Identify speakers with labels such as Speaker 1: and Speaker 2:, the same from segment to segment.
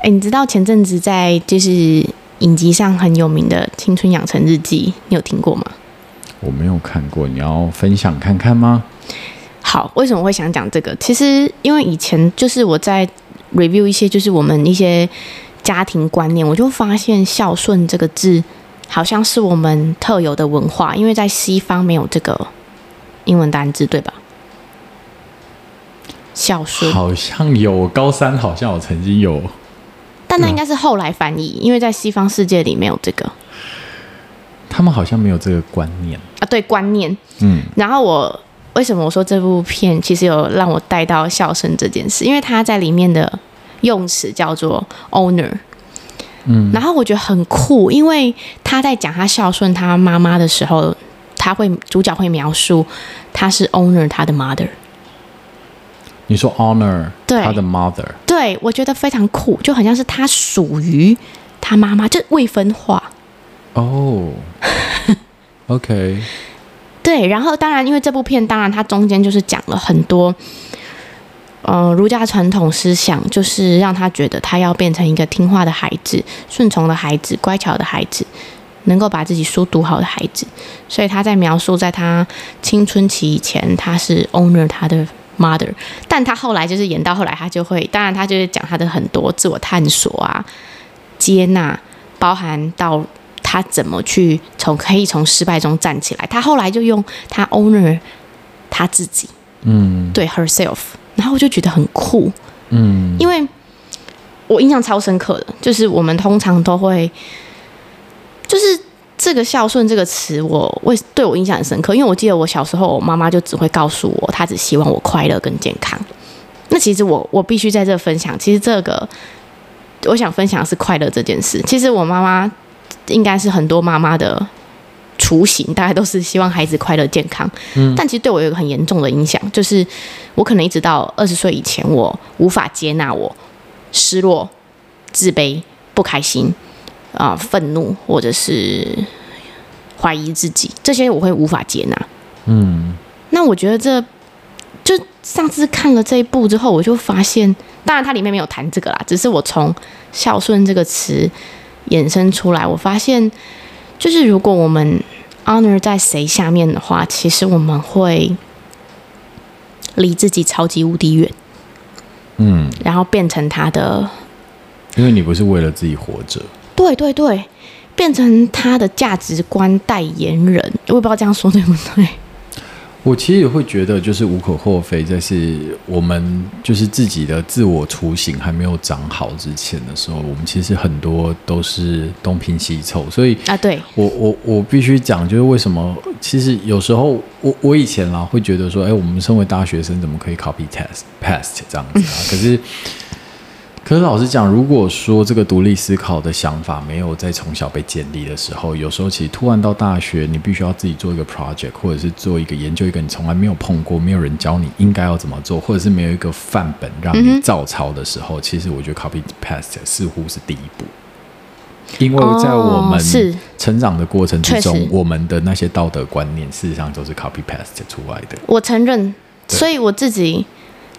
Speaker 1: 哎、你知道前阵子在就是影集上很有名的《青春养成日记》，你有听过吗？
Speaker 2: 我没有看过，你要分享看看吗？
Speaker 1: 好，为什么会想讲这个？其实因为以前就是我在 review 一些就是我们一些家庭观念，我就发现孝顺这个字好像是我们特有的文化，因为在西方没有这个英文单字，对吧？孝顺，
Speaker 2: 好像有，我高三好像我曾经有，
Speaker 1: 但那应该是后来翻译，因为在西方世界里没有这个
Speaker 2: 他们好像没有这个观念。
Speaker 1: 啊，对观念。
Speaker 2: 嗯，
Speaker 1: 然后我为什么我说这部片其实有让我带到孝顺这件事？因为它在里面的用词叫做 owner，嗯，然后我觉得很酷，因为他在讲他孝顺他妈妈的时候，他会主角会描述他是 owner 他的 mother，
Speaker 2: 你说 honor
Speaker 1: 对
Speaker 2: 他的 mother，
Speaker 1: 对我觉得非常酷，就很像是他属于他妈妈，就未分化。
Speaker 2: 哦、o k
Speaker 1: 对，然后当然，因为这部片，当然它中间就是讲了很多，呃，儒家传统思想，就是让他觉得他要变成一个听话的孩子、顺从的孩子、乖巧的孩子，能够把自己书读好的孩子。所以他在描述，在他青春期以前，他是 owner 他的 mother，但他后来就是演到后来，他就会，当然他就是讲他的很多自我探索啊、接纳，包含到他怎么去从可以从失败中站起来。他后来就用他 owner 他自己，
Speaker 2: 嗯
Speaker 1: 对 herself，然后我就觉得很酷，
Speaker 2: 嗯，
Speaker 1: 因为我印象超深刻的，就是我们通常都会，就是这个孝顺这个词，我为对我印象很深刻，因为我记得我小时候，我妈妈就只会告诉我，她只希望我快乐跟健康。那其实我我必须在这分享，其实这个我想分享的是快乐这件事。其实我妈妈应该是很多妈妈的雏形，大概都是希望孩子快乐健康。嗯，但其实对我有一个很严重的影响，就是我可能一直到二十岁以前，我无法接纳我失落、自卑、不开心啊、愤怒或者是怀疑自己，这些我会无法接纳。
Speaker 2: 嗯
Speaker 1: 那我觉得这就上次看了这一部之后，我就发现，当然它里面没有谈这个啦，只是我从“孝顺”这个词衍生出来，我发现，就是如果我们 honor 在谁下面的话，其实我们会离自己超级无敌远，
Speaker 2: 嗯，
Speaker 1: 然后变成他的，
Speaker 2: 因为你不是为了自己活着，
Speaker 1: 对对对，变成他的价值观代言人。我也不知道这样说对不对。
Speaker 2: 我其实也会觉得，就是无可厚非，这是我们就是自己的自我雏形还没有长好之前的时候，我们其实很多都是东拼西凑，所以
Speaker 1: 啊，对，
Speaker 2: 我我我必须讲，就是为什么其实有时候我我以前啦会觉得说，哎、我们身为大学生怎么可以 copy test past 这样子啊？可是可是老实讲，如果说这个独立思考的想法没有在从小被建立的时候，有时候其实突然到大学，你必须要自己做一个 project，或者是做一个研究一个你从来没有碰过、没有人教你应该要怎么做，或者是没有一个范本让
Speaker 1: 嗯
Speaker 2: 你照抄的时候，其实我觉得 copy past 似乎是第一步。因为在我
Speaker 1: 哦
Speaker 2: 们
Speaker 1: 是
Speaker 2: 成长的过程之
Speaker 1: 确
Speaker 2: 中
Speaker 1: 实，
Speaker 2: 我们的那些道德观念，事实上都是 copy paste 出来的。
Speaker 1: 我承认，所以我自己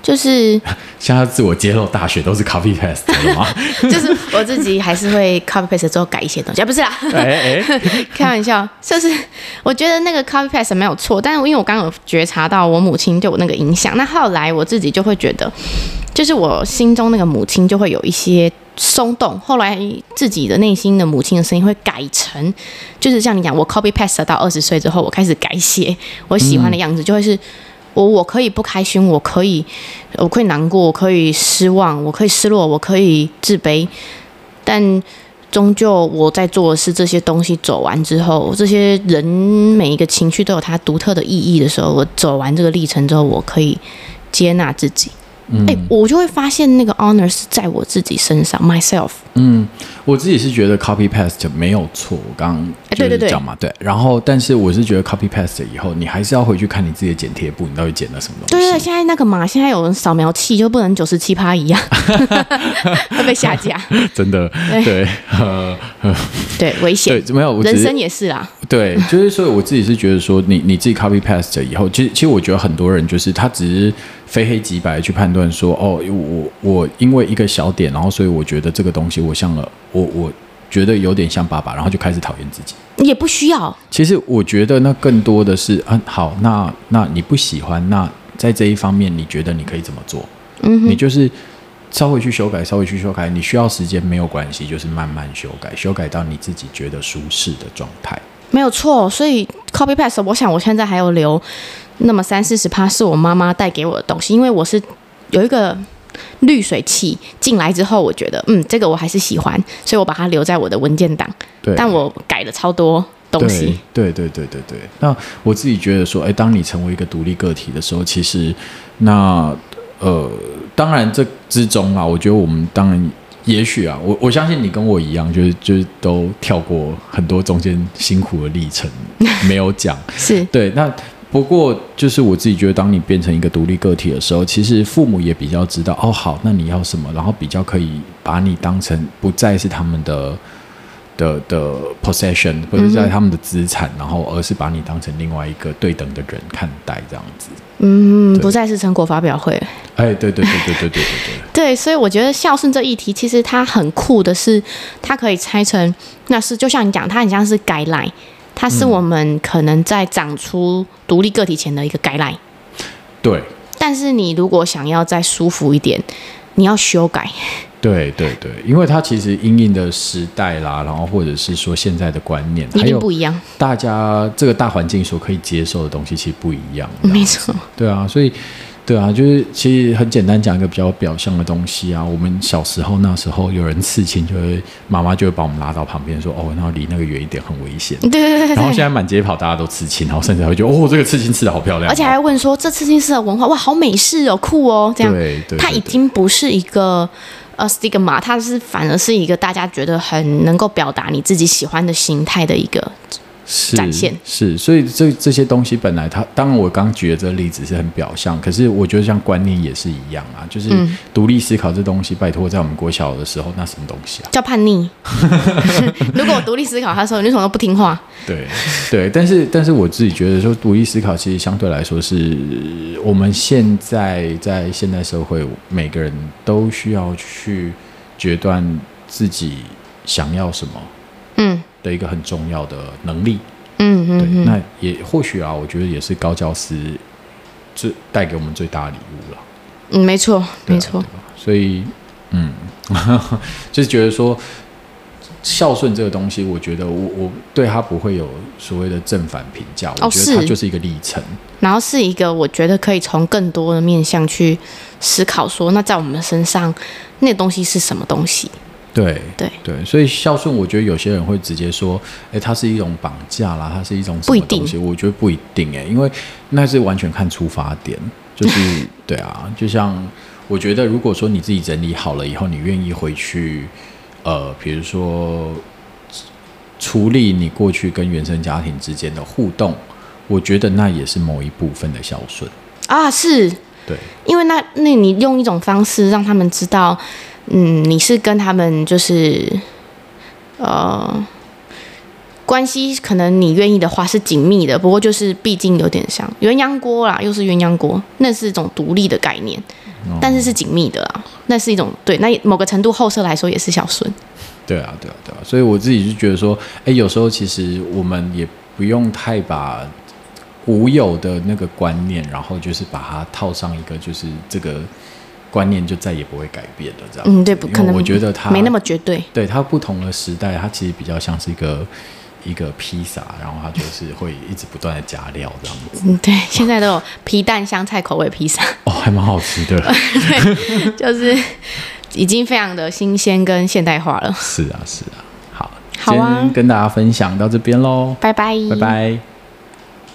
Speaker 1: 就是
Speaker 2: 像他自我揭露，大学都是 copy paste 的吗？
Speaker 1: 就是我自己还是会 copy paste 之后改一些东西，啊，不是啦，
Speaker 2: 哎哎，
Speaker 1: 开玩笑，就是我觉得那个 copy paste 没有错，但是因为我刚刚有觉察到我母亲对我那个影响，那后来我自己就会觉得，就是我心中那个母亲就会有一些松动，后来自己的内心的母亲的声音会改成，就是像你讲，我 copy paste 到二十岁之后，我开始改写我喜欢的样子，就会是。我我可以不开心，我可以，我可以难过，我可以失望，我可以失落，我可以自卑，但终究我在做的是这些东西走完之后，这些人每一个情绪都有它独特的意义的时候，我走完这个历程之后，我可以接纳自己。哎、我就会发现那个 honor 是在我自己身上，myself。
Speaker 2: 嗯，我自己是觉得 copy paste 没有错，我刚刚
Speaker 1: 哎
Speaker 2: 就
Speaker 1: 对
Speaker 2: 是
Speaker 1: 对对
Speaker 2: 讲嘛，对然后，但是我是觉得 copy paste 以后，你还是要回去看你自己的剪贴簿，你到底剪了什么东
Speaker 1: 对对对，
Speaker 2: 西。
Speaker 1: 现在那个嘛，现在有人扫描器就不能九十七趴一样，会被下架，
Speaker 2: 真的，对，呃，
Speaker 1: 对，危险
Speaker 2: 对。，没有，我只
Speaker 1: 人
Speaker 2: 是
Speaker 1: 生也是啦，
Speaker 2: 对，就是所以我自己是觉得说你，你自己 copy paste 以后，其实其实我觉得很多人就是他只是非黑即白去判断说，哦，我我因为一个小点，然后所以我觉得这个东西我像了，我我觉得有点像爸爸，然后就开始讨厌自己。
Speaker 1: 也不需要。
Speaker 2: 其实我觉得那更多的是，嗯、好，那那你不喜欢，那在这一方面你觉得你可以怎么做？
Speaker 1: 嗯
Speaker 2: 你就是稍微去修改，稍微去修改，你需要时间没有关系，就是慢慢修改，修改到你自己觉得舒适的状态。
Speaker 1: 没有错，所以 copy paste，我想我现在还有留那么三四十趴是我妈妈带给我的东西，因为我是有一个滤水器进来之后，我觉得嗯，这个我还是喜欢，所以我把它留在我的文件档，
Speaker 2: 对，
Speaker 1: 但我改了超多东西。
Speaker 2: 对对对对对对。那我自己觉得说，哎，当你成为一个独立个体的时候，其实那呃，当然这之中啊，我觉得我们当然。也许啊，我我相信你跟我一样，就是就是都跳过很多中间辛苦的历程，没有讲。
Speaker 1: 是
Speaker 2: 对，那不过就是我自己觉得，当你变成一个独立个体的时候，其实父母也比较知道哦，好，那你要什么，然后比较可以把你当成不再是他们的。的的 possession 或者是在他们的资产，然后而是把你当成另外一个对等的人看待这样子。
Speaker 1: 嗯，
Speaker 2: 对
Speaker 1: 不再是成果发表会。
Speaker 2: 哎，对对对对对对对对，
Speaker 1: 对，所以我觉得孝顺这议题，其实它很酷的是，它可以拆成，那是就像你讲，它很像是改来，它
Speaker 2: 嗯
Speaker 1: 是我们可能在长出独立个体前的一个改来。
Speaker 2: 对
Speaker 1: 但是你如果想要再舒服一点，你要修改。
Speaker 2: 对对对，因为它其实因应的时代啦，然后或者是说现在的观念，
Speaker 1: 一
Speaker 2: 还
Speaker 1: 定
Speaker 2: 有
Speaker 1: 不一样，
Speaker 2: 大家这个大环境所可以接受的东西，其实不一样。
Speaker 1: 没错，
Speaker 2: 对啊，所以对啊，就是其实很简单讲一个比较表象的东西啊。我们小时候那时候有人刺青，就会妈妈就会把我们拉到旁边说：“哦，那离那个远一点，很危险。
Speaker 1: 对对对对”
Speaker 2: 然后
Speaker 1: 嗯对
Speaker 2: 现在满街跑，大家都刺青，然后甚至还会觉得：“哦，这个刺青刺的好漂亮哦。”
Speaker 1: 而且还问说这刺青是的文化，哇，好美式哦，酷哦，这样，
Speaker 2: 对对，
Speaker 1: 它
Speaker 2: 对
Speaker 1: 已经不是一个呃 stigma，它是反而是一个大家觉得很能够表达你自己喜欢的形态的一个，
Speaker 2: 是
Speaker 1: 展现
Speaker 2: 是，所以这这些东西本来它，当然我刚举的这个例子是很表象，可是我觉得像观念也是一样啊，就是
Speaker 1: 嗯
Speaker 2: 独立思考这东西，拜托在我们国小的时候，那什么东西啊？
Speaker 1: 叫叛 逆。如果我独立思考它的时候，你为什么都不听话？
Speaker 2: 对对，但是但是我自己觉得说，独立思考其实相对来说是我们现在在现代社会，每个人都需要去决断自己想要什么
Speaker 1: 嗯
Speaker 2: 的一个很重要的能力。
Speaker 1: 嗯
Speaker 2: 对，
Speaker 1: 嗯嗯，
Speaker 2: 那也或许啊，我觉得也是高教师最带给我们最大的礼物了。
Speaker 1: 嗯，没错
Speaker 2: 对啊
Speaker 1: 没错
Speaker 2: 对，吧所以嗯，就是觉得说孝顺这个东西，我觉得我我对他不会有所谓的正反评价，我
Speaker 1: 哦
Speaker 2: 觉得它
Speaker 1: 是
Speaker 2: 就是一个历程。
Speaker 1: 然后是一个我觉得可以从更多的面向去思考说，那在我们身上那东西是什么东西？
Speaker 2: 对
Speaker 1: 对
Speaker 2: 对，所以孝顺，我觉得有些人会直接说，哎，它是一种绑架啦，它是一种什
Speaker 1: 不一
Speaker 2: 么
Speaker 1: 定
Speaker 2: 东西？我觉得不一定哎，因为那是完全看出发点，就是 对啊，就像我觉得，如果说你自己整理好了以后，你愿意回去，呃，比如说处理你过去跟原生家庭之间的互动，我觉得那也是某一部分的孝顺。
Speaker 1: 啊，是
Speaker 2: 对
Speaker 1: 因为那那你用一种方式让他们知道，嗯，你是跟他们就是呃关系，可能你愿意的话是紧密的，不过就是毕竟有点像鸳鸯锅啦，又是鸳鸯锅，那是一种独立的概念，
Speaker 2: 哦
Speaker 1: 但是是紧密的啦，那是一种对，那也某个程度后设来说也是孝顺，
Speaker 2: 对啊，对啊，对啊，所以我自己就觉得说，哎，有时候其实我们也不用太把古有的那个观念，然后就是把它套上一个，就是这个观念就再也不会改变了这样子。
Speaker 1: 嗯，对，不
Speaker 2: 因为
Speaker 1: 可能，
Speaker 2: 我觉得它
Speaker 1: 没那么绝对。
Speaker 2: 对它不同的时代，它其实比较像是一个一个披萨，然后它就是会一直不断的加料这样子。
Speaker 1: 嗯，对，现在都有皮蛋香菜口味披萨，
Speaker 2: 哦，还蛮好吃 的。
Speaker 1: 就是已经非常的新鲜跟现代化了。
Speaker 2: 是啊，是啊。好，
Speaker 1: 好啊
Speaker 2: 今天跟大家分享到这边喽，
Speaker 1: 拜拜，
Speaker 2: 拜拜